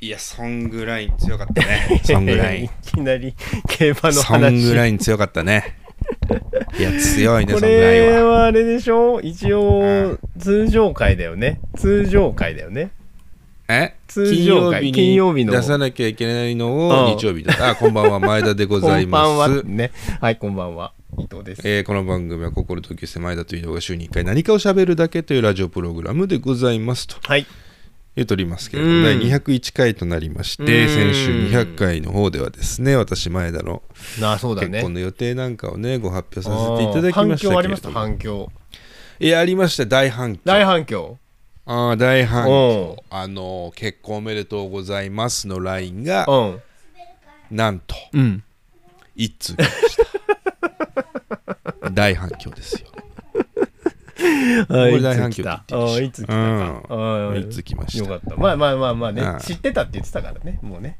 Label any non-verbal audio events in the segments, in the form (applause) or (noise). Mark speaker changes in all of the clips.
Speaker 1: いや、ソングライン強かった
Speaker 2: (laughs)
Speaker 1: ね。ソングライ
Speaker 2: い
Speaker 1: ン。
Speaker 2: きなり競馬の
Speaker 1: ソン
Speaker 2: 話
Speaker 1: グライン強かったね。いや、強いね、ソ
Speaker 2: こ
Speaker 1: ングライ
Speaker 2: れ
Speaker 1: ンは。
Speaker 2: はあれでしょ一
Speaker 1: う
Speaker 2: 応通常回だよね通常回だよね
Speaker 1: え
Speaker 2: 通常回金曜日の
Speaker 1: 出さなきゃいけない
Speaker 2: う
Speaker 1: の
Speaker 2: ん
Speaker 1: を日曜日だ。あ、こんばんは、前田でご
Speaker 2: (laughs) こ
Speaker 1: ざい
Speaker 2: んばん
Speaker 1: ま
Speaker 2: は
Speaker 1: す。
Speaker 2: ねはいこんばんは伊藤です
Speaker 1: えーこの番組は心と急狭いだというのが週に1回何かを喋るだけというラジオプログラムでございますと
Speaker 2: はい
Speaker 1: 言っておりますけれど
Speaker 2: うん
Speaker 1: も、第201回となりまし
Speaker 2: う
Speaker 1: て
Speaker 2: ん
Speaker 1: 先週200回の方ではですね私前田の
Speaker 2: なあそうだ
Speaker 1: 結
Speaker 2: ね
Speaker 1: 婚の予定なんかをねご発表させていただきました
Speaker 2: あー反響あ
Speaker 1: け
Speaker 2: り
Speaker 1: れ
Speaker 2: ました
Speaker 1: ども
Speaker 2: 反響
Speaker 1: いやありました大反響
Speaker 2: 大反響
Speaker 1: ああ大反響
Speaker 2: う
Speaker 1: あのー結婚おめでとうございますの LINE が
Speaker 2: うん
Speaker 1: なんと
Speaker 2: うん
Speaker 1: 一通来ました
Speaker 2: (laughs)
Speaker 1: 大反響ですよ
Speaker 2: あ
Speaker 1: これ大
Speaker 2: いつ
Speaker 1: 反響
Speaker 2: 来た
Speaker 1: って言
Speaker 2: あ
Speaker 1: って
Speaker 2: いつ来たか
Speaker 1: う
Speaker 2: あ
Speaker 1: 一通来まし
Speaker 2: よ
Speaker 1: た
Speaker 2: かったまあまあまあまあね
Speaker 1: うん
Speaker 2: 知ってたって言ってたからねもうね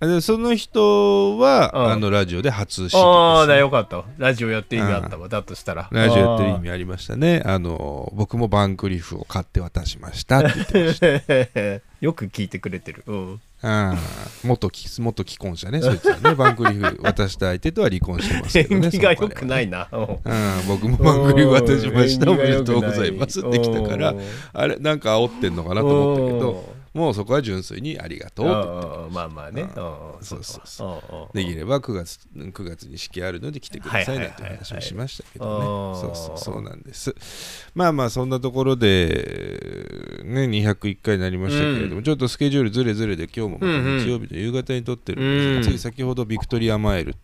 Speaker 1: あでその人
Speaker 2: うん
Speaker 1: はあのラジオで初知り
Speaker 2: ああ
Speaker 1: です
Speaker 2: だ
Speaker 1: ね
Speaker 2: よかったわラジオやって意味あったわだとしたら
Speaker 1: ラジオやってる意味ありましたねあのー僕もバンクリフを買って渡しましたって言って
Speaker 2: (laughs)
Speaker 1: ました
Speaker 2: よく聞いてくれてる。うん。
Speaker 1: あー元き元既婚者ねそいつはねバンクリフ渡した相手とは離婚してますけど
Speaker 2: 縁 (laughs)
Speaker 1: ね
Speaker 2: 起
Speaker 1: (laughs)
Speaker 2: が
Speaker 1: その彼
Speaker 2: 良
Speaker 1: は
Speaker 2: くないな。うん
Speaker 1: うん、僕も番組渡しました
Speaker 2: うん
Speaker 1: おめでとうございますってきたから
Speaker 2: うん
Speaker 1: あれなんか煽ってんのかなと思ったけどもうそこは純粋にありがとう
Speaker 2: うん
Speaker 1: と
Speaker 2: うんうんまあまあね。
Speaker 1: うん
Speaker 2: うん
Speaker 1: そうそうそうできれば9月 ,9 月に式あるので来てください
Speaker 2: はい
Speaker 1: なん
Speaker 2: はいはい
Speaker 1: て
Speaker 2: はい
Speaker 1: 話をしましたけ
Speaker 2: あ
Speaker 1: ど
Speaker 2: ー
Speaker 1: ねそうそうそうなんですまあまあそんなところでね201回になりましたけれど
Speaker 2: う
Speaker 1: もちょっとスケジュールずれずれで今日もまた日曜日の夕方に撮ってるんです
Speaker 2: う
Speaker 1: が
Speaker 2: ん
Speaker 1: つい先ほどビクトリアマイルっ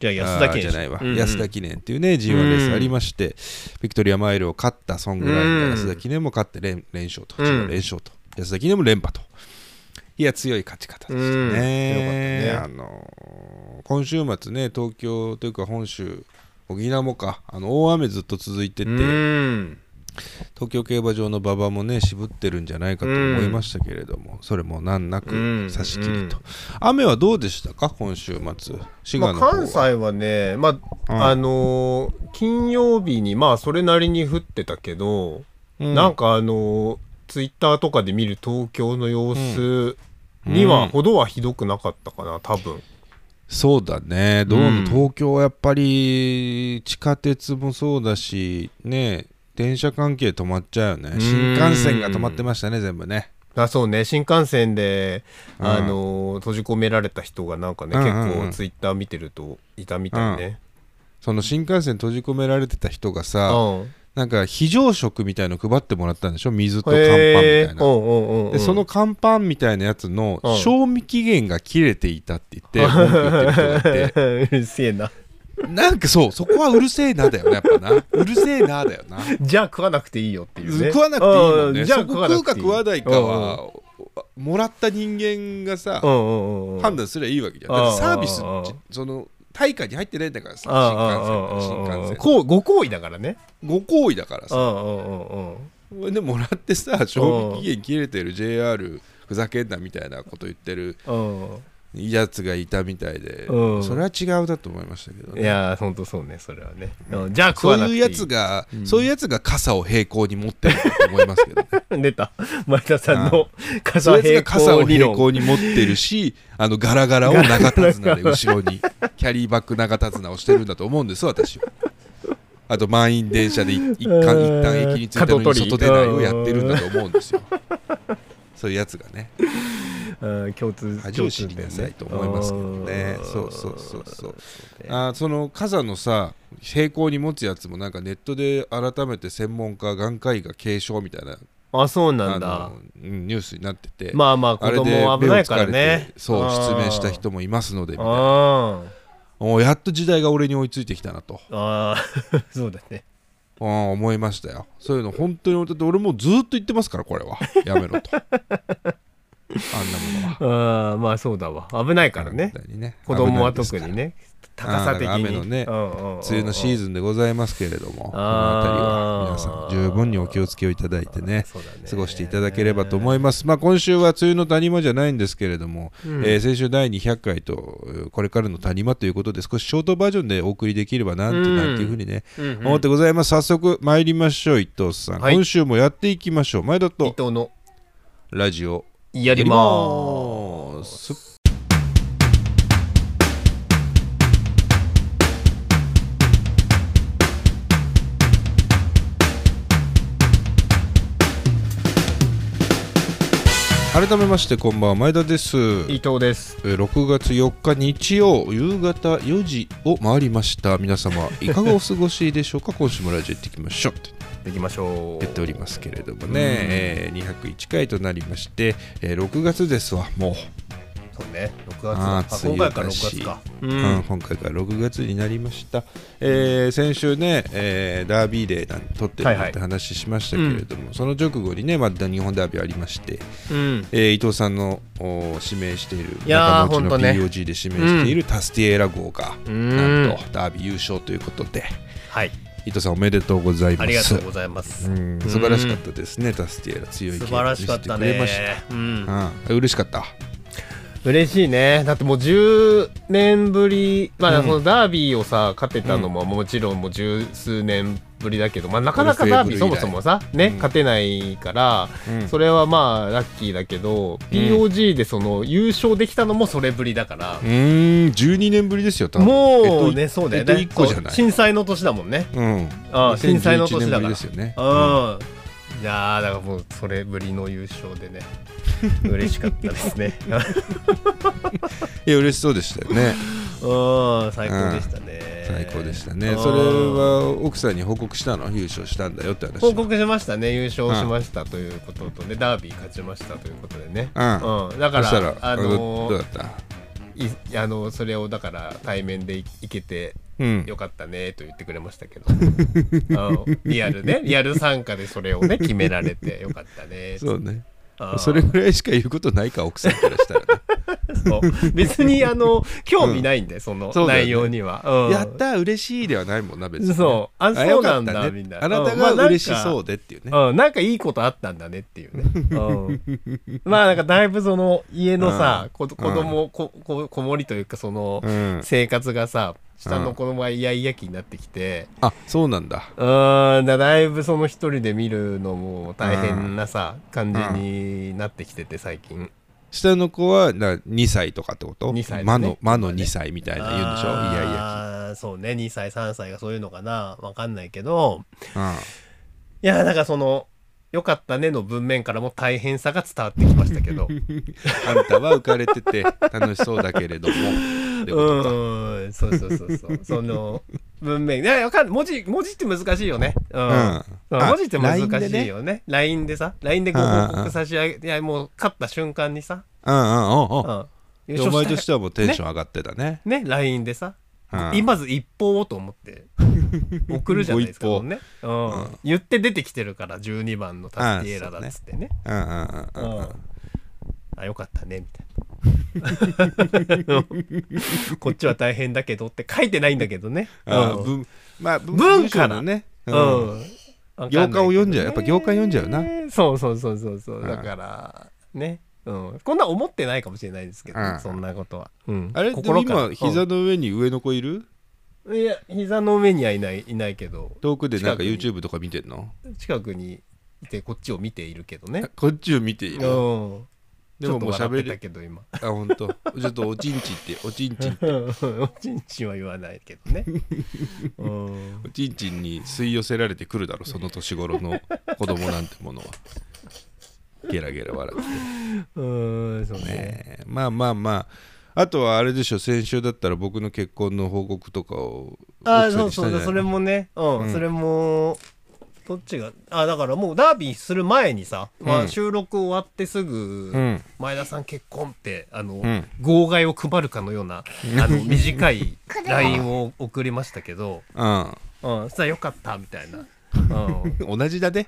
Speaker 2: じゃあ安田
Speaker 1: あー
Speaker 2: 健
Speaker 1: じゃないわ、
Speaker 2: うんうん
Speaker 1: 安田記念っていうね G1 レースありまして、ビクトリアマイルを勝ったソングライン
Speaker 2: うん
Speaker 1: が安田記念も勝って連連勝と、
Speaker 2: うん
Speaker 1: G1 連勝と安田記念も連覇といや強い勝ち方でしたね,、
Speaker 2: うんよかった
Speaker 1: あのー今週末ね東京というか本州沖縄もかあの大雨ずっと続いてて、
Speaker 2: うん
Speaker 1: 東京競馬場の馬場もね渋ってるんじゃないかと思いましたけれども、それも難な
Speaker 2: うん
Speaker 1: く差し切りと、雨はどうでしたか今週末滋賀
Speaker 2: まあ
Speaker 1: の方は、
Speaker 2: 関西はね、ま
Speaker 1: うん
Speaker 2: あ、あのー、金曜日に、まあ、それなりに降ってたけど、
Speaker 1: うん
Speaker 2: なんかあのー、ツイッターとかで見る東京の様子には、ほどはひどくなかったかな、多分。
Speaker 1: そうだね、どう
Speaker 2: うん
Speaker 1: 東京はやっぱり地下鉄もそうだし、ね、電車関係止まっちゃうよね、
Speaker 2: ん
Speaker 1: 新幹線が止まってましたね、全部ね。
Speaker 2: あそうね新幹線で、
Speaker 1: うん
Speaker 2: あのー閉じ込められた人がなんかね、
Speaker 1: うんうんうん
Speaker 2: 結構ツイッター見てるといたみたいね、
Speaker 1: その新幹線閉じ込められてた人が
Speaker 2: う
Speaker 1: さ、
Speaker 2: ん
Speaker 1: なんか非常食みたいの配ってもらったんでしょ、水と乾パンみ
Speaker 2: へ
Speaker 1: たい
Speaker 2: ーう
Speaker 1: な。
Speaker 2: んうんうんうん
Speaker 1: でその乾パンみたいなやつの
Speaker 2: うん
Speaker 1: 賞味期限が切れていたって言
Speaker 2: (laughs)
Speaker 1: って文句言ってる人がいて
Speaker 2: うるせえな
Speaker 1: なんかそうそこはうるせえなだよねやっぱなうるせえなだよな
Speaker 2: じゃあ食わなくていいよっていうね
Speaker 1: 食わなくていいもん
Speaker 2: う
Speaker 1: ね
Speaker 2: じゃあ
Speaker 1: そこ
Speaker 2: 食わな
Speaker 1: 食う
Speaker 2: く
Speaker 1: か
Speaker 2: ていい
Speaker 1: 食わないかはもらった人間がさ
Speaker 2: うんうんうんうん
Speaker 1: 判断すればいいわけじゃん
Speaker 2: うん
Speaker 1: だってサービス
Speaker 2: うん
Speaker 1: じその対価に入ってないんだからさ新幹線だ
Speaker 2: ああ
Speaker 1: 新幹線
Speaker 2: こうご行為だからね
Speaker 1: ご行為だから
Speaker 2: う
Speaker 1: さ
Speaker 2: んうんうんうん
Speaker 1: でもらってさ賞味期限切れてる JR ふざけんなみたいなこと言ってる
Speaker 2: うん
Speaker 1: やつがいたみたいで
Speaker 2: うん
Speaker 1: それは違うだと思いましたけど
Speaker 2: い
Speaker 1: ね
Speaker 2: やーほんとそうねそれはね、うんじゃあ食
Speaker 1: そ
Speaker 2: わ
Speaker 1: う
Speaker 2: なく
Speaker 1: い
Speaker 2: ていうい
Speaker 1: やつがそういうやつが傘を平行に持ってると思いますけどね
Speaker 2: (laughs) 出た前田さん
Speaker 1: (laughs) そう
Speaker 2: の傘
Speaker 1: いうや
Speaker 2: 平
Speaker 1: つが傘
Speaker 2: 行
Speaker 1: を
Speaker 2: 理
Speaker 1: 平
Speaker 2: 論
Speaker 1: 行に持ってるし、あのガラガラを長手綱で後ろに、キャリーバッグ長手綱をしてるんだと思うんです、私は。あと満員電車で一一
Speaker 2: う
Speaker 1: 貫
Speaker 2: ーん
Speaker 1: 一旦駅に着いたの
Speaker 2: 角
Speaker 1: に
Speaker 2: 取り
Speaker 1: 外出ないをやってるんだと思うんですよ。そういうやつがね、
Speaker 2: うん共通
Speaker 1: 恥を知りなさいと思いますけどね。そうそうそうそう。あーその傘のさ、平行に持つやつもなんかネットで改めて専門家、眼科医が警鐘みたいな
Speaker 2: あそうな
Speaker 1: あ
Speaker 2: んだ
Speaker 1: のうんニュースになってて。
Speaker 2: まあまあ子
Speaker 1: あれで
Speaker 2: 供
Speaker 1: 目を
Speaker 2: 危ないから
Speaker 1: 疲れ
Speaker 2: ね
Speaker 1: てそう失明した
Speaker 2: も
Speaker 1: 人もいますのでみたいな
Speaker 2: あ
Speaker 1: もうやっと時代が俺に追いついてきたなと
Speaker 2: ーあー (laughs) そうだね
Speaker 1: うん思いましたよそういうの本当に俺だって俺もうずっと言ってますからこれはやめ
Speaker 2: (laughs)
Speaker 1: ろとあんなものは
Speaker 2: あーまあそうだわ危ないからね
Speaker 1: 本当にね
Speaker 2: 子供は
Speaker 1: 危
Speaker 2: 特
Speaker 1: ない
Speaker 2: にね高さ的に
Speaker 1: あー雨のね梅雨のシー
Speaker 2: ン
Speaker 1: ズンでございますけれどもこの辺り
Speaker 2: あー
Speaker 1: は皆さん十分にお気をつけをいただいてね
Speaker 2: そうだね
Speaker 1: 過ごしていただければと思います、まあ、今週は梅雨の谷間じゃないんですけれども、えー先週第200回とえーこれからの谷間ということで少しショートバージョンでお送りできればなんてなんていうふうにね、思ってございます早速参りましょう伊藤さん、
Speaker 2: はい
Speaker 1: 今週もやっていきましょう前田
Speaker 2: 伊
Speaker 1: と
Speaker 2: 藤の
Speaker 1: ラジオ
Speaker 2: やりまー
Speaker 1: ます。改めましてこんばんは前田です
Speaker 2: 伊藤です。
Speaker 1: えー6月4日日曜夕方4時を回りました皆様いかがお過ごしでしょうか今週もラジオ行ってきましょうと
Speaker 2: 行きましょう。
Speaker 1: 言っておりますけれどもね、えー201回となりまして、えー6月ですわも
Speaker 2: そうね。6月
Speaker 1: あ
Speaker 2: だ。あ
Speaker 1: ー
Speaker 2: 今回か
Speaker 1: 梅雨だ
Speaker 2: ら
Speaker 1: し
Speaker 2: 6月か。う
Speaker 1: う、うん。今回から6月になりました、えー先週ね、えーダービーデーなんて撮ってる
Speaker 2: はい
Speaker 1: な
Speaker 2: はい
Speaker 1: んて話しましたけれども、その直後にねまた日本ダービーありまして、
Speaker 2: うん。
Speaker 1: えー伊藤さんのお指名している
Speaker 2: いや
Speaker 1: 仲間
Speaker 2: ーほ
Speaker 1: 内
Speaker 2: んとね
Speaker 1: の POG で指名しているタスティエーラ号が、
Speaker 2: うん
Speaker 1: なんとダービー優勝ということで
Speaker 2: はい。
Speaker 1: 伊藤さんおめでとうございます
Speaker 2: ありがとうございます。
Speaker 1: うん素晴らしかったですねタスティエーラ強い
Speaker 2: 素
Speaker 1: 競
Speaker 2: 晴
Speaker 1: 馬
Speaker 2: ら
Speaker 1: 見
Speaker 2: しか
Speaker 1: せ
Speaker 2: ってた
Speaker 1: くれました
Speaker 2: ね。うん。
Speaker 1: うん、嬉しかった
Speaker 2: 嬉しいねだってもう10年ぶりまあ、
Speaker 1: うん
Speaker 2: そのダービーをさ勝てたのももちろんもう十数年ぶりだけど、まあ、なかなかダービーそ
Speaker 1: ゴル
Speaker 2: も
Speaker 1: フ
Speaker 2: そ
Speaker 1: ェーブル
Speaker 2: もさね、
Speaker 1: うん
Speaker 2: 勝てないから、
Speaker 1: うん
Speaker 2: それはまあラッキーだけど、POG でその優勝できたのもそれぶりだから
Speaker 1: う、ーん12年ぶりですよ多分
Speaker 2: もうね、
Speaker 1: えっと
Speaker 2: そうだよ
Speaker 1: えっ
Speaker 2: ね
Speaker 1: と1個じゃない
Speaker 2: そう震災の年だもんね
Speaker 1: うん
Speaker 2: ああ震災の年だ
Speaker 1: 2011年ぶり
Speaker 2: から
Speaker 1: ですよね
Speaker 2: うん、いやーだからもうそれぶりの優勝でね嬉しかったで
Speaker 1: (laughs)
Speaker 2: すね
Speaker 1: いや嬉しそうでしたよね
Speaker 2: うん最高でしたね、
Speaker 1: 最高でしたね
Speaker 2: うん
Speaker 1: それは奥さんに報告したの優勝したんだよって話
Speaker 2: 報告しましたね優勝しましたということとね、ダービー勝ちましたということでね、
Speaker 1: うん
Speaker 2: うんだか
Speaker 1: そ
Speaker 2: ら
Speaker 1: したら
Speaker 2: あの
Speaker 1: どう
Speaker 2: ー
Speaker 1: だった
Speaker 2: いあのそれをだから対面で行けて
Speaker 1: うん
Speaker 2: よかったねと言ってくれまし
Speaker 1: (laughs)
Speaker 2: たけど、うんリアルねリアル参加でそれをね決められてよかったね
Speaker 1: そうね
Speaker 2: うん
Speaker 1: それぐらいしか言うことないか奥さんから
Speaker 2: (laughs)
Speaker 1: したらね
Speaker 2: そう
Speaker 1: (laughs)
Speaker 2: 別にあの興味ないんで、その
Speaker 1: そうだよね
Speaker 2: 内容には、うん
Speaker 1: やったー嬉しいではないもんな別にね
Speaker 2: そうあ
Speaker 1: あ
Speaker 2: そ
Speaker 1: よ
Speaker 2: うな
Speaker 1: かっ
Speaker 2: ん
Speaker 1: た
Speaker 2: だ
Speaker 1: ね
Speaker 2: みんな
Speaker 1: あなた
Speaker 2: うんま
Speaker 1: が
Speaker 2: なんか
Speaker 1: 嬉しそうでっていうね
Speaker 2: うん、なんかいいことあったんだねっていうね、うん、まあなんかだいぶその家のさこ子供、こここもりというかその
Speaker 1: うん
Speaker 2: 生活がさ下の子供がイヤイヤ期になってきて、
Speaker 1: あそうなんだ
Speaker 2: うーん、だだいぶその一人で見るのも大変なさ、感じになってきてて最近、
Speaker 1: 下の子はな2歳とかってこと
Speaker 2: 2歳だね
Speaker 1: 魔の魔の2歳みたいな言うんでしょい
Speaker 2: あー
Speaker 1: やいや
Speaker 2: そうね2歳3歳がそういうのかなわかんないけど
Speaker 1: うん
Speaker 2: いやなんかその「よかったね」の文面からも大変さが伝わってきまし
Speaker 1: (laughs)
Speaker 2: たけど
Speaker 1: あんたは浮かれてて楽しそうだけれどもってことか
Speaker 2: うん、そうそうそうそう。その文面、いや、わかん文字、文字って難しいよね。うん。
Speaker 1: うん
Speaker 2: そう
Speaker 1: あ
Speaker 2: 文字って難
Speaker 1: LINE で
Speaker 2: しい
Speaker 1: ね
Speaker 2: よね。LINE でさ、LINE でご報告差し上げ、いや、もう勝った瞬間にさ、
Speaker 1: うんうんうんうん
Speaker 2: うん。
Speaker 1: でお前としてはもうテンション上がってたね
Speaker 2: ね、LINE でさ、
Speaker 1: うん
Speaker 2: いまず一報をと思って、送るじゃないですか、
Speaker 1: ご
Speaker 2: も
Speaker 1: 一報
Speaker 2: うね。うん。言って出てきてるから、12番のタスティエーラだっつってね。
Speaker 1: うんうんうんうんうん
Speaker 2: あよかったねみたいなこっちは大変だけどって書いてないんだけどね、
Speaker 1: あ
Speaker 2: うん
Speaker 1: 文まあ文
Speaker 2: 文化だ
Speaker 1: のねう
Speaker 2: うん
Speaker 1: ん
Speaker 2: わかんないけどね
Speaker 1: 行間を読んじゃうやっぱ行間読んじゃうな
Speaker 2: そうそうそうそうそう
Speaker 1: うん
Speaker 2: だからね、うん、こんな思ってないかもしれないですけど、
Speaker 1: うん
Speaker 2: そんなことは、うん、
Speaker 1: あれでも
Speaker 2: 心から
Speaker 1: 今膝の上に上の子いる
Speaker 2: うんいや膝の上にはいないいないけど
Speaker 1: 遠くでなんか
Speaker 2: 近く
Speaker 1: YouTube とか見てんの
Speaker 2: 近くにいてこっちを見ているけどね
Speaker 1: こっちを見ていうる
Speaker 2: んちょっ
Speaker 1: でも
Speaker 2: と
Speaker 1: もう
Speaker 2: 笑っ
Speaker 1: 喋
Speaker 2: てた
Speaker 1: れ
Speaker 2: けど今
Speaker 1: あ本当ちょっとおちんちっておちんちん
Speaker 2: うんおちんちんは言わないけどね、うん
Speaker 1: おちんちんに吸い寄せられてくるだろその年頃の子供なんてものはゲラゲラ笑って
Speaker 2: うんそうね
Speaker 1: ねまあまあまああとはあれでしょ先週だったら僕の結婚の報告とかを
Speaker 2: あ
Speaker 1: 奥さ
Speaker 2: そ
Speaker 1: ん
Speaker 2: う
Speaker 1: にした
Speaker 2: そう
Speaker 1: じゃ
Speaker 2: だ
Speaker 1: ない
Speaker 2: それもねうん、
Speaker 1: うん
Speaker 2: それもどっちがあだからもうダービーする前にさ、
Speaker 1: う
Speaker 2: まあ、
Speaker 1: ん
Speaker 2: 収録終わってすぐ、
Speaker 1: うん
Speaker 2: 前田さん結婚ってあの、
Speaker 1: ん
Speaker 2: 号外を配るかのようなあの短い LINE を送りましたけど、うん、そしたらよかったみたいな。うん
Speaker 1: うん同じだね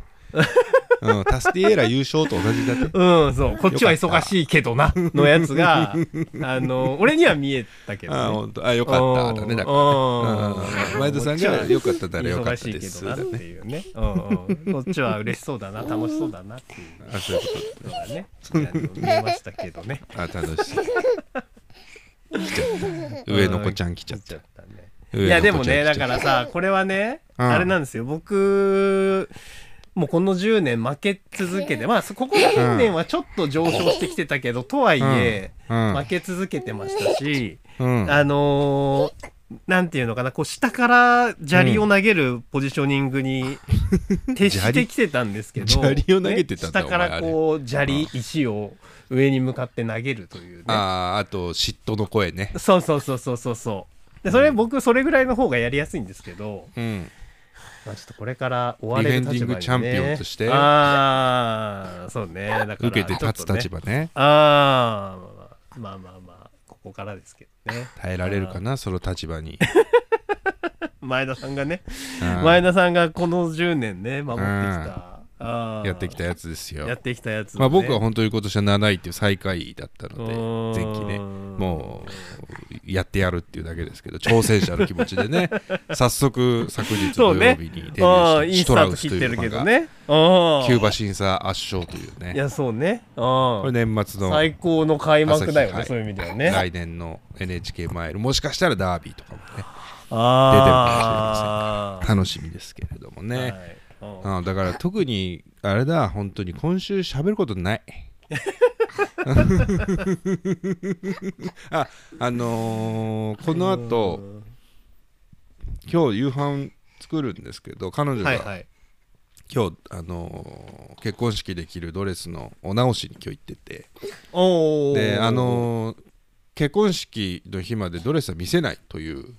Speaker 1: うん、タスティエーラ優勝と同じだ
Speaker 2: (laughs)
Speaker 1: ね
Speaker 2: うん、そうこっちは忙しいけどなのやつがあの俺には見えたけど、ね、
Speaker 1: あ本当あよかっただねだから
Speaker 2: う
Speaker 1: うん
Speaker 2: ん
Speaker 1: 前田さんがよかっただねよかったで
Speaker 2: 忙しい
Speaker 1: す
Speaker 2: けどな
Speaker 1: だ
Speaker 2: っ
Speaker 1: ね
Speaker 2: ていうね。うんうん。こっちは嬉しそうだな、楽しそうだなっていう
Speaker 1: あそういうこ
Speaker 2: のがね、あの見えましたけ
Speaker 1: (laughs)
Speaker 2: どね。
Speaker 1: とあ楽しそう来ちゃった上の子ちゃん来ちゃった
Speaker 2: ゃったね。
Speaker 1: 上の子ちゃん来ちゃった
Speaker 2: いやでもね、だからさ、これはね、
Speaker 1: うん
Speaker 2: あれなんですよ。僕もうこの10年負け続けて、まあ、ここ近年はちょっと上昇してきてたけど、とはいえ、
Speaker 1: うん
Speaker 2: 負け続けてましたし、
Speaker 1: うん
Speaker 2: あのーなんていうのかな、こう下から砂利を投げるポジショニング
Speaker 1: (laughs)
Speaker 2: に徹してきてたんですけど、
Speaker 1: 砂利を投げてたんだ
Speaker 2: ね下からこう砂利、石を上に向かって投げるというね。
Speaker 1: あーあと嫉妬の声ね
Speaker 2: そうそうそうそうそうそう。でそれ僕それぐらいの方がやりやすいんですけど、
Speaker 1: うん
Speaker 2: まあ、ちょっとこれから追われる立場に、
Speaker 1: ディ
Speaker 2: ね、
Speaker 1: フェンディングチャンピオンとして
Speaker 2: ああそうねだから
Speaker 1: 受けて立つ立
Speaker 2: 場
Speaker 1: 場ね
Speaker 2: ああまあまあまあまあここからですけどね
Speaker 1: 耐えられるかなその立 (laughs) 場に
Speaker 2: 前田さんがね
Speaker 1: うん
Speaker 2: 前田さんがこの10年ね守ってきたあー
Speaker 1: やってきたやつですよ
Speaker 2: やってきたやつをね、
Speaker 1: まあ、僕は本当に今年は7位っていう最下位だった
Speaker 2: うー
Speaker 1: の
Speaker 2: ん
Speaker 1: で前期ねもうやってやるっていうだけですけど挑戦者の気持ちでね
Speaker 2: (laughs)
Speaker 1: 早速昨日土
Speaker 2: そ
Speaker 1: 曜
Speaker 2: うね
Speaker 1: 日にデビュ
Speaker 2: あ
Speaker 1: ーした
Speaker 2: ーいい
Speaker 1: シ
Speaker 2: ス
Speaker 1: ュ
Speaker 2: タ
Speaker 1: トラ
Speaker 2: ー
Speaker 1: ウ
Speaker 2: ト
Speaker 1: ス
Speaker 2: 切
Speaker 1: と
Speaker 2: っ
Speaker 1: い
Speaker 2: て
Speaker 1: う
Speaker 2: る
Speaker 1: 馬
Speaker 2: けど
Speaker 1: が、
Speaker 2: ねキュ
Speaker 1: キューバ審査圧勝という
Speaker 2: い
Speaker 1: ね
Speaker 2: やそうねうん
Speaker 1: これ年末の
Speaker 2: 最高の開幕だよ
Speaker 1: 朝
Speaker 2: ね
Speaker 1: 日杯
Speaker 2: そういう意味ではね
Speaker 1: 来年の NHK マイルもしかしたらダービーとかもね
Speaker 2: あ
Speaker 1: 楽しみですけれども
Speaker 2: ー
Speaker 1: ね、
Speaker 2: はいうん
Speaker 1: うん、だから特にあれだ本当に今週喋ること
Speaker 2: (laughs)
Speaker 1: ない。 (laughs) ああのーこの後今日夕飯作るんですけど彼女が
Speaker 2: はい
Speaker 1: 今日、
Speaker 2: はい
Speaker 1: あのー結婚式で着るドレスのお直しに今日行ってて
Speaker 2: おー
Speaker 1: であのー結婚式の日までドレスは見せないという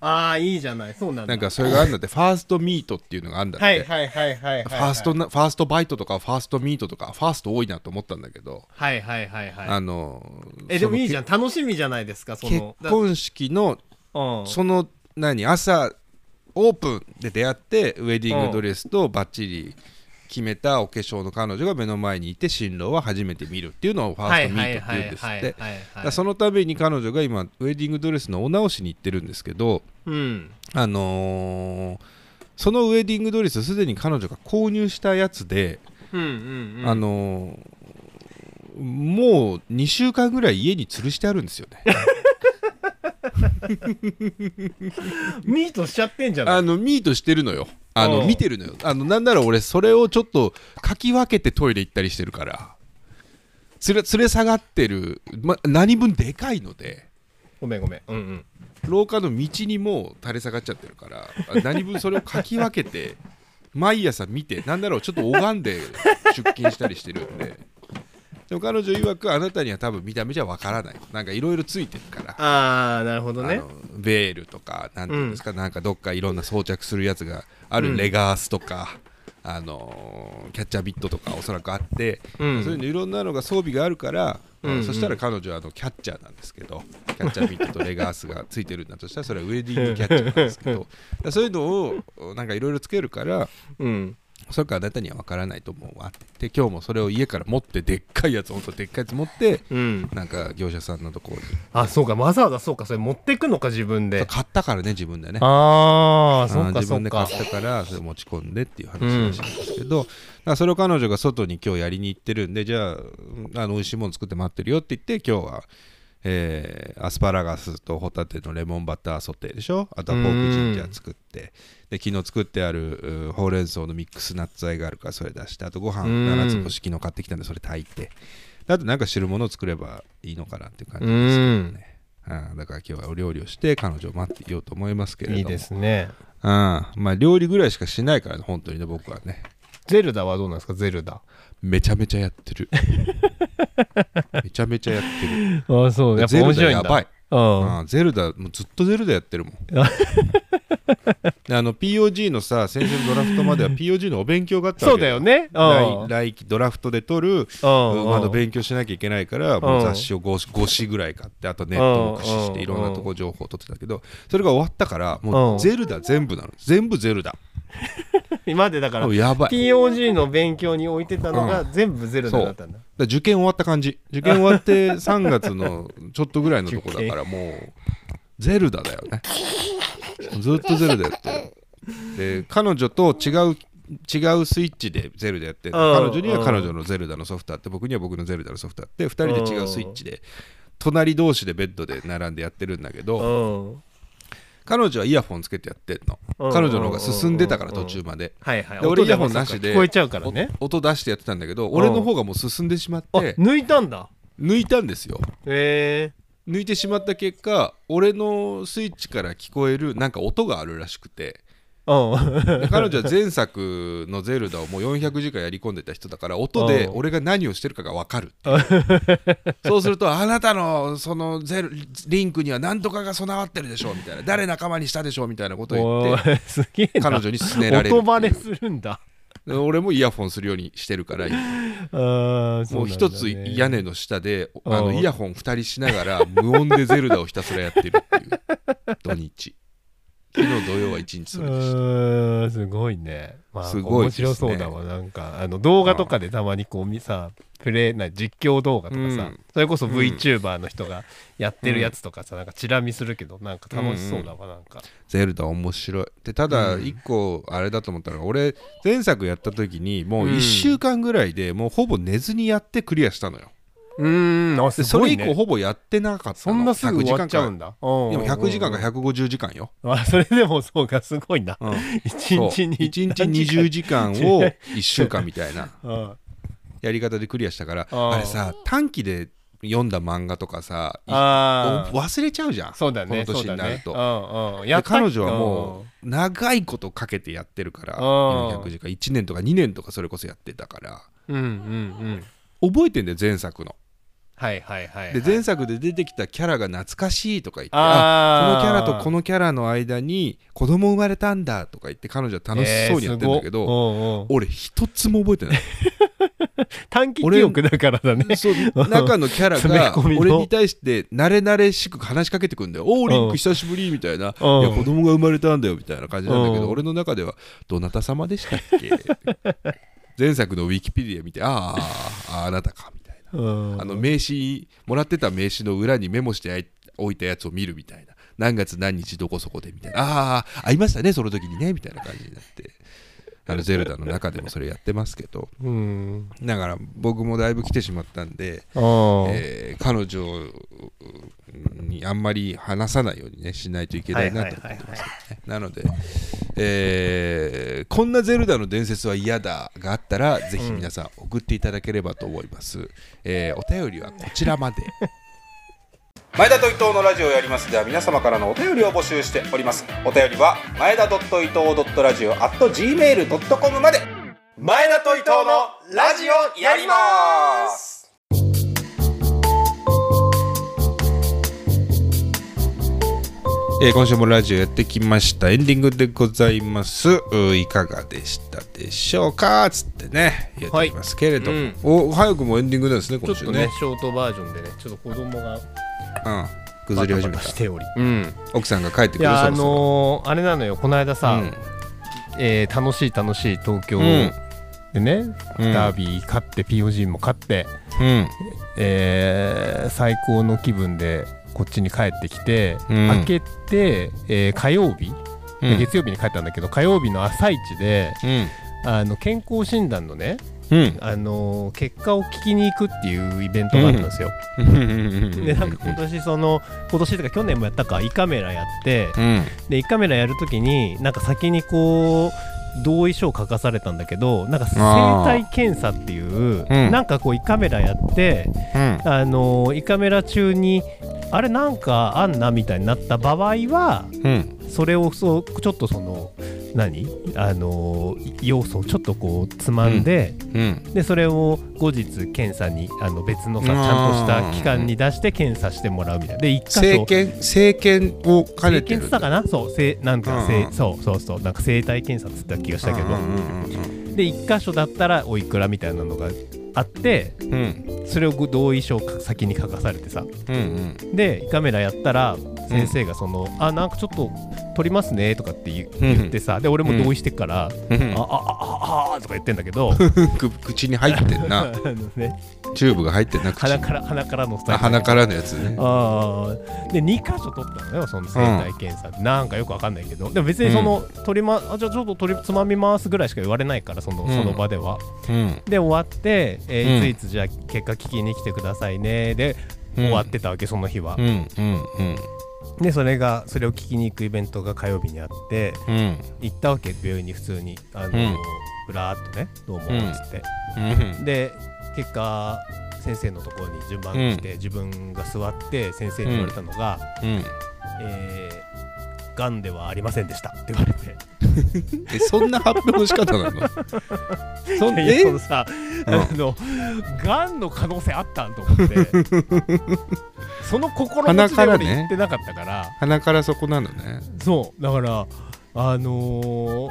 Speaker 2: ああいいじゃないそうなんだ
Speaker 1: なんかそれがあるんだってファーストミートっていうのがあるんだって、
Speaker 2: はいはいはいはいはい
Speaker 1: ファーストなファーストバイトとかファーストミートとかファースト多いなと思ったんだけど、
Speaker 2: はいはいはいは
Speaker 1: あ
Speaker 2: い
Speaker 1: の
Speaker 2: えでもいいじゃ
Speaker 1: ん
Speaker 2: ん楽しみじゃないですかそ
Speaker 1: 結
Speaker 2: の
Speaker 1: 婚式の
Speaker 2: 婚
Speaker 1: その何朝オープンで出会ってウェディングドレスとバッチリ決めたお化粧の彼女が目の前にいて新郎は初めて見るっていうのをファーストミートって言うんですってだか
Speaker 2: はいはいはいはいは
Speaker 1: ら
Speaker 2: い
Speaker 1: そのために彼女が今ウェディングドレスのお直しに行ってるんですけど
Speaker 2: うん
Speaker 1: あのーそのウェディングドレスすでに彼女が購入したやつで、
Speaker 2: うんうんうん
Speaker 1: あのーもう2週間ぐらい家に吊るしてあるんですよ
Speaker 2: (laughs)
Speaker 1: ね
Speaker 2: ミートしちゃってんじゃない
Speaker 1: あのミートしてるのよあ
Speaker 2: お
Speaker 1: の
Speaker 2: う
Speaker 1: 見てるのよあのなんなら俺それをちょっとかき分けてトイレ行ったりしてるから連れ連れ下がってる、ま、何分でかいので
Speaker 2: ごめんごめんうんうん
Speaker 1: 廊下の道にもう垂れ下がっちゃってるからあ何分それをかき分けて (laughs) 毎朝見てなんならちょっと拝んで出勤したりしてるんででも彼女曰くあなたには多分見た目じゃわからないなんかいろいろついてるから
Speaker 2: ああなるほど
Speaker 1: あ
Speaker 2: ね
Speaker 1: のベールとかなんていうんですか、なんかどっかいろんな装着するやつがあるレガースとか、あのーキャッチャービットとかおそらくあって、
Speaker 2: うん
Speaker 1: そういうのいろんなのが装備があるから、
Speaker 2: うんうん
Speaker 1: そしたら彼女はあのキャッチャーなんですけ
Speaker 2: (laughs)
Speaker 1: どキャッチャービットとレガースがついてるんだとしたらそれはウェディングキャッチャーなんです
Speaker 2: (laughs)
Speaker 1: けどだからそういうのをなんかいろいろつけるから
Speaker 2: うん
Speaker 1: おそらくあなたには分からないと思うわってで今日もそれを家から持ってでっかいやつ本当でっかいやつ持って
Speaker 2: うん
Speaker 1: なんか業者さんのところに
Speaker 2: あそうかわざわざそうかそれ持ってくのか自分で
Speaker 1: 買ったからね自分でね
Speaker 2: ああそ
Speaker 1: あー
Speaker 2: うか
Speaker 1: 自
Speaker 2: そ
Speaker 1: 分
Speaker 2: う
Speaker 1: で買
Speaker 2: か
Speaker 1: ったからそれ持ち込んでっていう話らしいんですけど、だからそれを彼女が外に今日やりに行ってるんでじゃあうんあの美味しいもの作って待ってるよって言って今日は、えーアスパラガスとホタテのレモンバターソテーでしょあとはポークジンジャー作ってで昨日作ってあるうほうれん草のミックスナッツあえがあるからそれ出してあとご飯
Speaker 2: うん
Speaker 1: 7つ星昨日買ってきたんでそれ炊いてであとなんか汁物を作ればいいのかなっていう感
Speaker 2: う
Speaker 1: じですけど
Speaker 2: ん
Speaker 1: ね。あーだから今日はお料理をして彼女を待っていようと思いますけれども
Speaker 2: いいですね
Speaker 1: うん、まあ料理ぐらいしかしないからね本当にね僕はね
Speaker 2: ゼルダはどうなんですかゼルダ
Speaker 1: めちゃめちゃやって
Speaker 2: (laughs)
Speaker 1: るめちゃめちゃやってる
Speaker 2: ああそうやっぱ
Speaker 1: ゼ
Speaker 2: 面
Speaker 1: ルダ
Speaker 2: 白い
Speaker 1: や
Speaker 2: んだ
Speaker 1: ばい、
Speaker 2: うん
Speaker 1: うん、ゼルダもうずっとゼルダやってる
Speaker 2: (laughs)
Speaker 1: もんであの POG のさ先週のドラフトまでは POG のお勉強があったわ
Speaker 2: そ
Speaker 1: け
Speaker 2: うだよねうん
Speaker 1: 来来期ドラフトで取る
Speaker 2: うん
Speaker 1: まだ勉強しなきゃいけないからもう雑誌を 5, 誌ぐらい買ってあとネットを駆使し
Speaker 2: うんう
Speaker 1: て
Speaker 2: ん
Speaker 1: いろんなとこ情報を取ってたけどそれが終わったからもうゼルダ全部なの全部ゼルダ
Speaker 2: 今までだから
Speaker 1: もうやばい
Speaker 2: POG の勉強に置いてたのが全部ゼルダだったん
Speaker 1: だ
Speaker 2: だ
Speaker 1: から受験終わった感じ受験終わって3月のちょっとぐらいのとこだからもうゼルダだよねずっとゼルダやってるで彼女と違う違うスイッチでゼルダやってる
Speaker 2: うん
Speaker 1: 彼女には彼女のゼルダのソフトあって僕には僕のゼルダのソフトあって2人で違うスイッチで隣同士でベッドで並んでやってるんだけど
Speaker 2: うん
Speaker 1: 彼女はイヤホンつけてやってんの、
Speaker 2: うん
Speaker 1: 彼女の方が進んでたから
Speaker 2: うんうん
Speaker 1: 途
Speaker 2: うん
Speaker 1: 中まで、
Speaker 2: はいはい
Speaker 1: で俺イヤホンなしで
Speaker 2: 聞こえちゃうからね
Speaker 1: お音出してやってたんだけど俺の方がもう進んでしまっ
Speaker 2: あ
Speaker 1: て
Speaker 2: 抜いたんだ
Speaker 1: 抜いたんですよ
Speaker 2: へ
Speaker 1: 抜いてしまった結果俺のスイッチから聞こえるなんか音があるらしくて
Speaker 2: えうん
Speaker 1: で彼女は前作の「ゼルダ」をもう400時間やり込んでた人だから音で
Speaker 2: うん
Speaker 1: 俺が何をしてるかが分かるっていう
Speaker 2: (laughs)
Speaker 1: そうすると「あなたのそのゼルリンクには何とかが備わってるでしょ」みたいな「誰仲間にしたでしょ」みたいなことを言
Speaker 2: (laughs) お
Speaker 1: って
Speaker 2: ーすげえな
Speaker 1: 彼女に勧められるっていう
Speaker 2: (laughs) 音バレするんだ
Speaker 1: で俺もイヤホンするようにしてるから
Speaker 2: あ
Speaker 1: もう一つ屋
Speaker 2: ね
Speaker 1: 根の下で
Speaker 2: うん
Speaker 1: あのイヤホン2人しながら無音でゼルダをひたすらやってるっていう土日昨日土曜は一日それでした
Speaker 2: うーんすごいね、まあ、
Speaker 1: すごいで
Speaker 2: 面
Speaker 1: すね
Speaker 2: 白そうだわなんかあの動画とかでたまにこうみさプレイな実況動画とかさ、
Speaker 1: うん
Speaker 2: それこそ VTuber の人がやってるやつとかさ、なんかチラ見するけどなんか楽しそうだわなんか、
Speaker 1: ゼルダ面白いでただ一個あれだと思ったのが俺前作やった時にもう
Speaker 2: う
Speaker 1: 1
Speaker 2: ん
Speaker 1: 週間ぐらいでもうほぼ寝ずにやってクリアしたのよ
Speaker 2: うーんあす
Speaker 1: でそ
Speaker 2: ご
Speaker 1: れ
Speaker 2: い
Speaker 1: 以降
Speaker 2: ね
Speaker 1: ほぼやってなかったの
Speaker 2: そんなすぐ
Speaker 1: 100時
Speaker 2: 終わ
Speaker 1: 間
Speaker 2: っちゃうん
Speaker 1: か
Speaker 2: だ
Speaker 1: でも100時間か
Speaker 2: 100
Speaker 1: 150時間よ、
Speaker 2: あそれでもそうかすごいな
Speaker 1: うん、
Speaker 2: (laughs) 一日
Speaker 1: 1
Speaker 2: に
Speaker 1: 日20時
Speaker 2: (laughs)
Speaker 1: 間を1週間みたいな
Speaker 2: うん
Speaker 1: やり方でクリアしたから
Speaker 2: あー
Speaker 1: あれさ短期で読んだ漫画とかさい
Speaker 2: ああ
Speaker 1: 忘れちゃうじゃん
Speaker 2: そうだね
Speaker 1: この年になると
Speaker 2: そうだねうんうん、
Speaker 1: で
Speaker 2: やった
Speaker 1: 彼女はもう長いことかけてやってるから
Speaker 2: あー
Speaker 1: 400時間1年とか2年とかそれこそやってたから
Speaker 2: うんうんうん
Speaker 1: 覚えてんだよ前作の。
Speaker 2: はいはいはい、は
Speaker 1: で
Speaker 2: い、
Speaker 1: 前作で出てきたキャラが懐かしいとか言って
Speaker 2: あー
Speaker 1: あこのキャラとこのキャラの間に子供生まれたんだとか言って彼女は楽しそうにやってんだけ
Speaker 2: えーす
Speaker 1: ど、
Speaker 2: ごうんうん
Speaker 1: 俺一つも覚えてない
Speaker 2: 短期記憶だからだね。
Speaker 1: そう中のキャラ
Speaker 2: 詰め
Speaker 1: が
Speaker 2: 込みの
Speaker 1: 俺に対して慣れ慣れしく話しかけてくんだよ「おーリンク久しぶり」みたいな「いや
Speaker 2: うん
Speaker 1: 子供が生まれたんだよ」みたいな感じなんだけ
Speaker 2: う
Speaker 1: ど
Speaker 2: ん
Speaker 1: 俺の中では「どなた様でしたっけ? 」前作のウィキペディア見て「あーあーあなたか」みたいな
Speaker 2: うん
Speaker 1: あの名刺もらってた名刺の裏にメモしてあい置いたやつを見るみたいな何月何日どこそこでみたいなああー会いましたねその時にねみたいな感じになってあのゼルダの中でもそれやってますけど
Speaker 2: うん。
Speaker 1: だから僕もだいぶ来てしまったんで
Speaker 2: あ
Speaker 1: えー彼女にあんまり話さないようにねしないといけないなと思ってますねなので、えーこんなゼルダの伝説は嫌だ」があったらぜひ皆さん送っていただければと思います、えーお便りはこちらまで前田と伊藤のラジオをやりますでは皆様からのお便りを募集しておりますお便りは前田伊藤ラジオ at gmail.com まで前田と伊藤のラジオやりますえー今週もラジオやってきましたエンディングでございますうーいかがでしたでしょうかつってね言っておりますけれども、
Speaker 2: はい
Speaker 1: お早くもエンディングなんですね
Speaker 2: ちょ
Speaker 1: 今
Speaker 2: っ
Speaker 1: 週
Speaker 2: と
Speaker 1: ね
Speaker 2: ね、ショートバージョンでね、ちょっと子供が
Speaker 1: うん
Speaker 2: バ
Speaker 1: 崩
Speaker 2: タ
Speaker 1: れ
Speaker 2: バ
Speaker 1: 始め
Speaker 2: タ
Speaker 1: た
Speaker 2: しており。
Speaker 1: うん奥さんが帰ってく
Speaker 2: い
Speaker 1: る
Speaker 2: や、あ
Speaker 1: そろそろ
Speaker 2: のー、あれなのよ、この間さ、えー楽しい楽しい東京
Speaker 1: うん
Speaker 2: でね、
Speaker 1: うん
Speaker 2: ダービー勝って、POG も勝って、
Speaker 1: うん
Speaker 2: えー最高の気分でこっちに帰ってきて、
Speaker 1: うん
Speaker 2: 明けて、えー火曜日、
Speaker 1: うん
Speaker 2: 月曜日に帰ったんだけど、火曜日の朝一で、
Speaker 1: うん
Speaker 2: あの健康診断のね、
Speaker 1: うん
Speaker 2: あのー結果を聞きに行くっていうイベントがあったんですよ。
Speaker 1: うん
Speaker 2: でなんか今年その今年とか去年もやったか胃カメラやって
Speaker 1: うん
Speaker 2: で胃カメラやるときになんか先にこう同意書を書かされたんだけどなんか生体検査ってい
Speaker 1: う
Speaker 2: う
Speaker 1: ん
Speaker 2: なんかこう胃カメラやって
Speaker 1: うん
Speaker 2: あのー胃カメラ中にあれなんかあんなみたいになった場合は
Speaker 1: うん
Speaker 2: それをそうちょっとその何あのー要素をちょっとこうつまんで。
Speaker 1: うん
Speaker 2: でそれを後日検査にあの別のさち
Speaker 1: うん
Speaker 2: ゃんとした機関に出して検査してもらうみたいなで一箇所
Speaker 1: 政権政権を兼ね
Speaker 2: 生
Speaker 1: て
Speaker 2: 検
Speaker 1: る
Speaker 2: 査かなそうせなんか、
Speaker 1: うん
Speaker 2: せ
Speaker 1: うん
Speaker 2: そうそうそうなんか生体検査っつった気がしたけど、
Speaker 1: うんうん
Speaker 2: で一箇所だったらおいくらみたいなのがあって
Speaker 1: うんうん
Speaker 2: それをご同意書を先に書かされてさ
Speaker 1: うんうん
Speaker 2: で胃カメラやったら先生がその、あなんかちょっと取りますねとかって言,、言ってさで俺も同意してっから、
Speaker 1: うんうん
Speaker 2: あああああとか言ってんだけど
Speaker 1: く口に入ってん
Speaker 2: (laughs)
Speaker 1: な
Speaker 2: あの、ね、
Speaker 1: チューブが入ってんな口に
Speaker 2: 鼻から鼻からの
Speaker 1: あ鼻からのやつね
Speaker 2: ああで2箇所取ったのよその生体検査、なんかよくわかんないけどでも別にその、取りまあじゃあちょっと取りつまみますぐらいしか言われないからその,、
Speaker 1: うん
Speaker 2: その場では
Speaker 1: うん
Speaker 2: で終わって、え
Speaker 1: う
Speaker 2: ー
Speaker 1: ん
Speaker 2: いついつじゃあ結果聞きに来てくださいねで、終わってたわけその日は、
Speaker 1: うんうんうん
Speaker 2: でそれがそれを聞きに行くイベントが火曜日にあって
Speaker 1: うん
Speaker 2: 行ったわけ病院に普通にあの、
Speaker 1: うん
Speaker 2: ふらーっとねどうもっつって、
Speaker 1: うん
Speaker 2: で結果先生のところに順番に来て、自分が座って先生に言われたのが
Speaker 1: うん
Speaker 2: 「えー、がんではありませんでした」って言われて
Speaker 1: えそんな発表の仕方なのそん
Speaker 2: いや
Speaker 1: え
Speaker 2: そのさ、
Speaker 1: うん
Speaker 2: あのがんの可能性あったんと思って
Speaker 1: (laughs)
Speaker 2: その心持ちで
Speaker 1: 鼻から
Speaker 2: 俺
Speaker 1: ね
Speaker 2: 言ってなかったから
Speaker 1: 鼻からそこなのね
Speaker 2: そうだからあの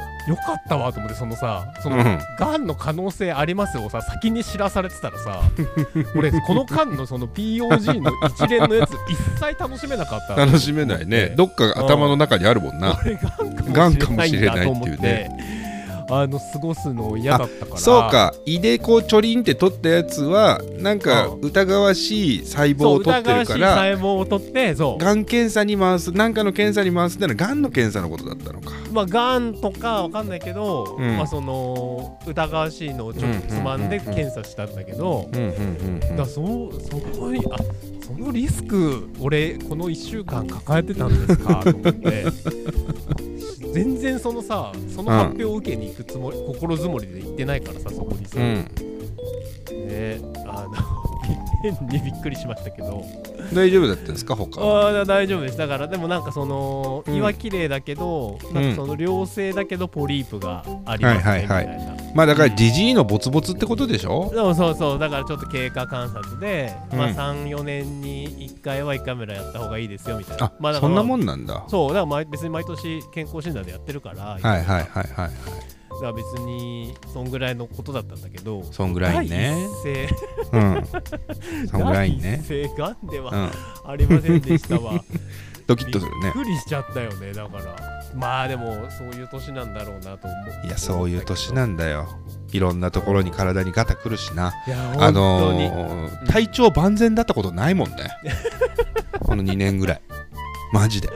Speaker 2: ー、よかったわと思ってそのさその、
Speaker 1: うん
Speaker 2: がんの可能性ありますをさ先に知らされてたらさ俺この間のその POG の一連のやつ一切楽しめなかった
Speaker 1: 楽しめないねどっか頭の中にあるもんな
Speaker 2: 俺が
Speaker 1: が
Speaker 2: ん
Speaker 1: ん
Speaker 2: か
Speaker 1: か
Speaker 2: も
Speaker 1: も
Speaker 2: し
Speaker 1: し
Speaker 2: れ
Speaker 1: れ
Speaker 2: な
Speaker 1: ないい
Speaker 2: んだと思っ
Speaker 1: ってていうね
Speaker 2: あの過ごすの嫌だったから
Speaker 1: そうか胃でこうちょりんって取ったやつはなんか
Speaker 2: うん
Speaker 1: 疑わしい細胞
Speaker 2: そう
Speaker 1: を取って
Speaker 2: 疑わ
Speaker 1: る
Speaker 2: しい
Speaker 1: から
Speaker 2: 細胞を取ってそう
Speaker 1: がん検査に回すなんかの検査に回すってのはがんの検査のことだったのか
Speaker 2: まあ、がんとかわかんないけど、
Speaker 1: うん
Speaker 2: まあ、その疑わしいのをちょっとつまんで
Speaker 1: うんうんうんうん
Speaker 2: 検査したんだけど、
Speaker 1: うんうんうん
Speaker 2: だからそそこにあそのリスク俺この1週間抱えてたんですかと思って全然そのさその発表を受けに行くつもり、心づもりで行ってないからさそこにさ、
Speaker 1: う
Speaker 2: ね
Speaker 1: ん
Speaker 2: あの (laughs) 変にびっくりしましたけど
Speaker 1: 大丈夫だったんですか他は
Speaker 2: ああ大丈夫ですだからでもなんかその
Speaker 1: うん
Speaker 2: 胃は綺麗だけど、なんかその良性だけどポリープがありますね、
Speaker 1: はいはいは
Speaker 2: みたいなだ
Speaker 1: まあだからジジイのボツボツってことでしょ
Speaker 2: からそうそうだからちょっと経過観察で、まあ
Speaker 1: うん
Speaker 2: 34年に1回は1回目らいやった方がいいですよみたいな
Speaker 1: あ
Speaker 2: まあだか
Speaker 1: そ
Speaker 2: ら
Speaker 1: んなも
Speaker 2: ま
Speaker 1: んなんだは
Speaker 2: あそうだからまあ別に毎年健康診断でやってるから、
Speaker 1: いはいはいはい
Speaker 2: だから別にそんぐらいのことだったんだけど
Speaker 1: そんぐらいね
Speaker 2: 第一 (laughs)
Speaker 1: うんそんぐら
Speaker 2: 声
Speaker 1: いね
Speaker 2: 第一声がんで
Speaker 1: う
Speaker 2: は
Speaker 1: ん
Speaker 2: ありませんでしたわ、
Speaker 1: ドキッとするね
Speaker 2: びっくりしちゃったよねだからまあでもそういう年なんだろうなと思う
Speaker 1: いやそういう年なんだよいろんなところに体にガタくるしない
Speaker 2: や
Speaker 1: あ
Speaker 2: 本当に、
Speaker 1: のー
Speaker 2: うん
Speaker 1: 体調万全だったことないもん
Speaker 2: (laughs)
Speaker 1: ねこの2年ぐらいマジで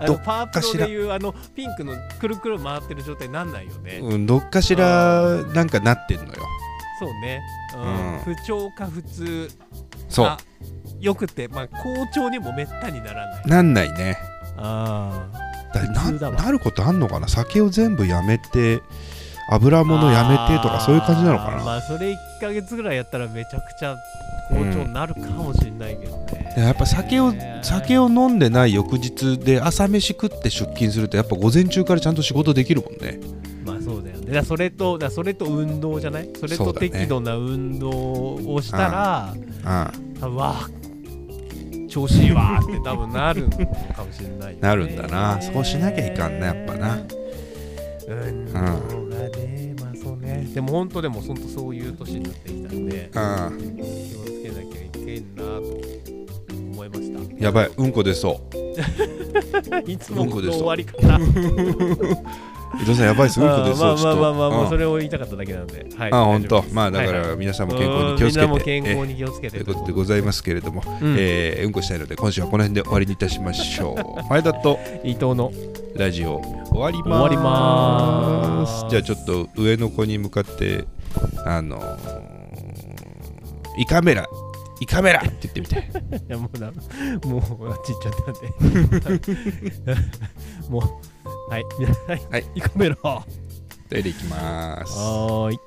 Speaker 2: あ
Speaker 1: ど
Speaker 2: の
Speaker 1: っ
Speaker 2: パープ
Speaker 1: かし
Speaker 2: ロ
Speaker 1: ら
Speaker 2: でいうあのピンクのくるくる回ってる状態なんないよね、
Speaker 1: うんどっかしらなんかなってんのよ
Speaker 2: そうね、うん
Speaker 1: う
Speaker 2: 不調か普通
Speaker 1: そ
Speaker 2: あよくてまあ好調にもめったにならないう
Speaker 1: なんないね
Speaker 2: あ
Speaker 1: だ
Speaker 2: 普
Speaker 1: な
Speaker 2: 通だわ
Speaker 1: なることあんのかな酒を全部やめて油物やめてとかそういう感じなのかな
Speaker 2: まあそれ1か月ぐらいやったらめちゃくちゃ好調になるかもしれないけどね、
Speaker 1: やっぱ酒を酒
Speaker 2: を
Speaker 1: を飲んでない翌日で朝飯食って出勤するとやっぱ午前中からちゃんと仕事できるもんね
Speaker 2: まあそうだよね。だからそれとだからそれと運動じゃない？それ
Speaker 1: そ
Speaker 2: と
Speaker 1: うだね
Speaker 2: 適度な運動をしたら、
Speaker 1: ああ
Speaker 2: 多分わあ調子いいわーって多分なるのかもしれないよね、
Speaker 1: なるんだなそうしなきゃいかんなやっぱな
Speaker 2: うん。
Speaker 1: ん
Speaker 2: そうだね。まあそうね。でも本当でも本当そういう年になってきたんで
Speaker 1: ああ
Speaker 2: 気をつけなきゃいけんなと思いました。
Speaker 1: やばい。うんこ出そう
Speaker 2: (laughs) いつも
Speaker 1: うんこ
Speaker 2: の
Speaker 1: でした
Speaker 2: 終わりかな。
Speaker 1: 伊藤さんやばいですうんこ出
Speaker 2: ま
Speaker 1: そ
Speaker 2: あ
Speaker 1: うち
Speaker 2: (laughs)
Speaker 1: ょ
Speaker 2: まあ
Speaker 1: っと
Speaker 2: まあまあまあそ
Speaker 1: うん
Speaker 2: れを言いたかっただけなんで。はい。
Speaker 1: あ本
Speaker 2: 大丈夫
Speaker 1: 当
Speaker 2: です
Speaker 1: まあだか
Speaker 2: はいは
Speaker 1: ら
Speaker 2: い
Speaker 1: 皆さんも健康に気をつけ
Speaker 2: うんみんなも
Speaker 1: て
Speaker 2: 健康
Speaker 1: え
Speaker 2: に気をつけ
Speaker 1: と
Speaker 2: て
Speaker 1: いうことでございますけれども
Speaker 2: うん
Speaker 1: えーうんこしたいので今週はこの辺で終わりにいたしましょう前田と
Speaker 2: 伊藤の
Speaker 1: ラジオ終わります
Speaker 2: 終わります
Speaker 1: じゃあちょっと上の子に向かってあのー胃カメラ胃カメラって言ってみ
Speaker 2: (laughs)
Speaker 1: て
Speaker 2: いやもうだもうあっち行っちゃった
Speaker 1: (laughs)
Speaker 2: んでもうはい皆さん
Speaker 1: はい
Speaker 2: 胃カメラは
Speaker 1: トイレ行きます
Speaker 2: ーい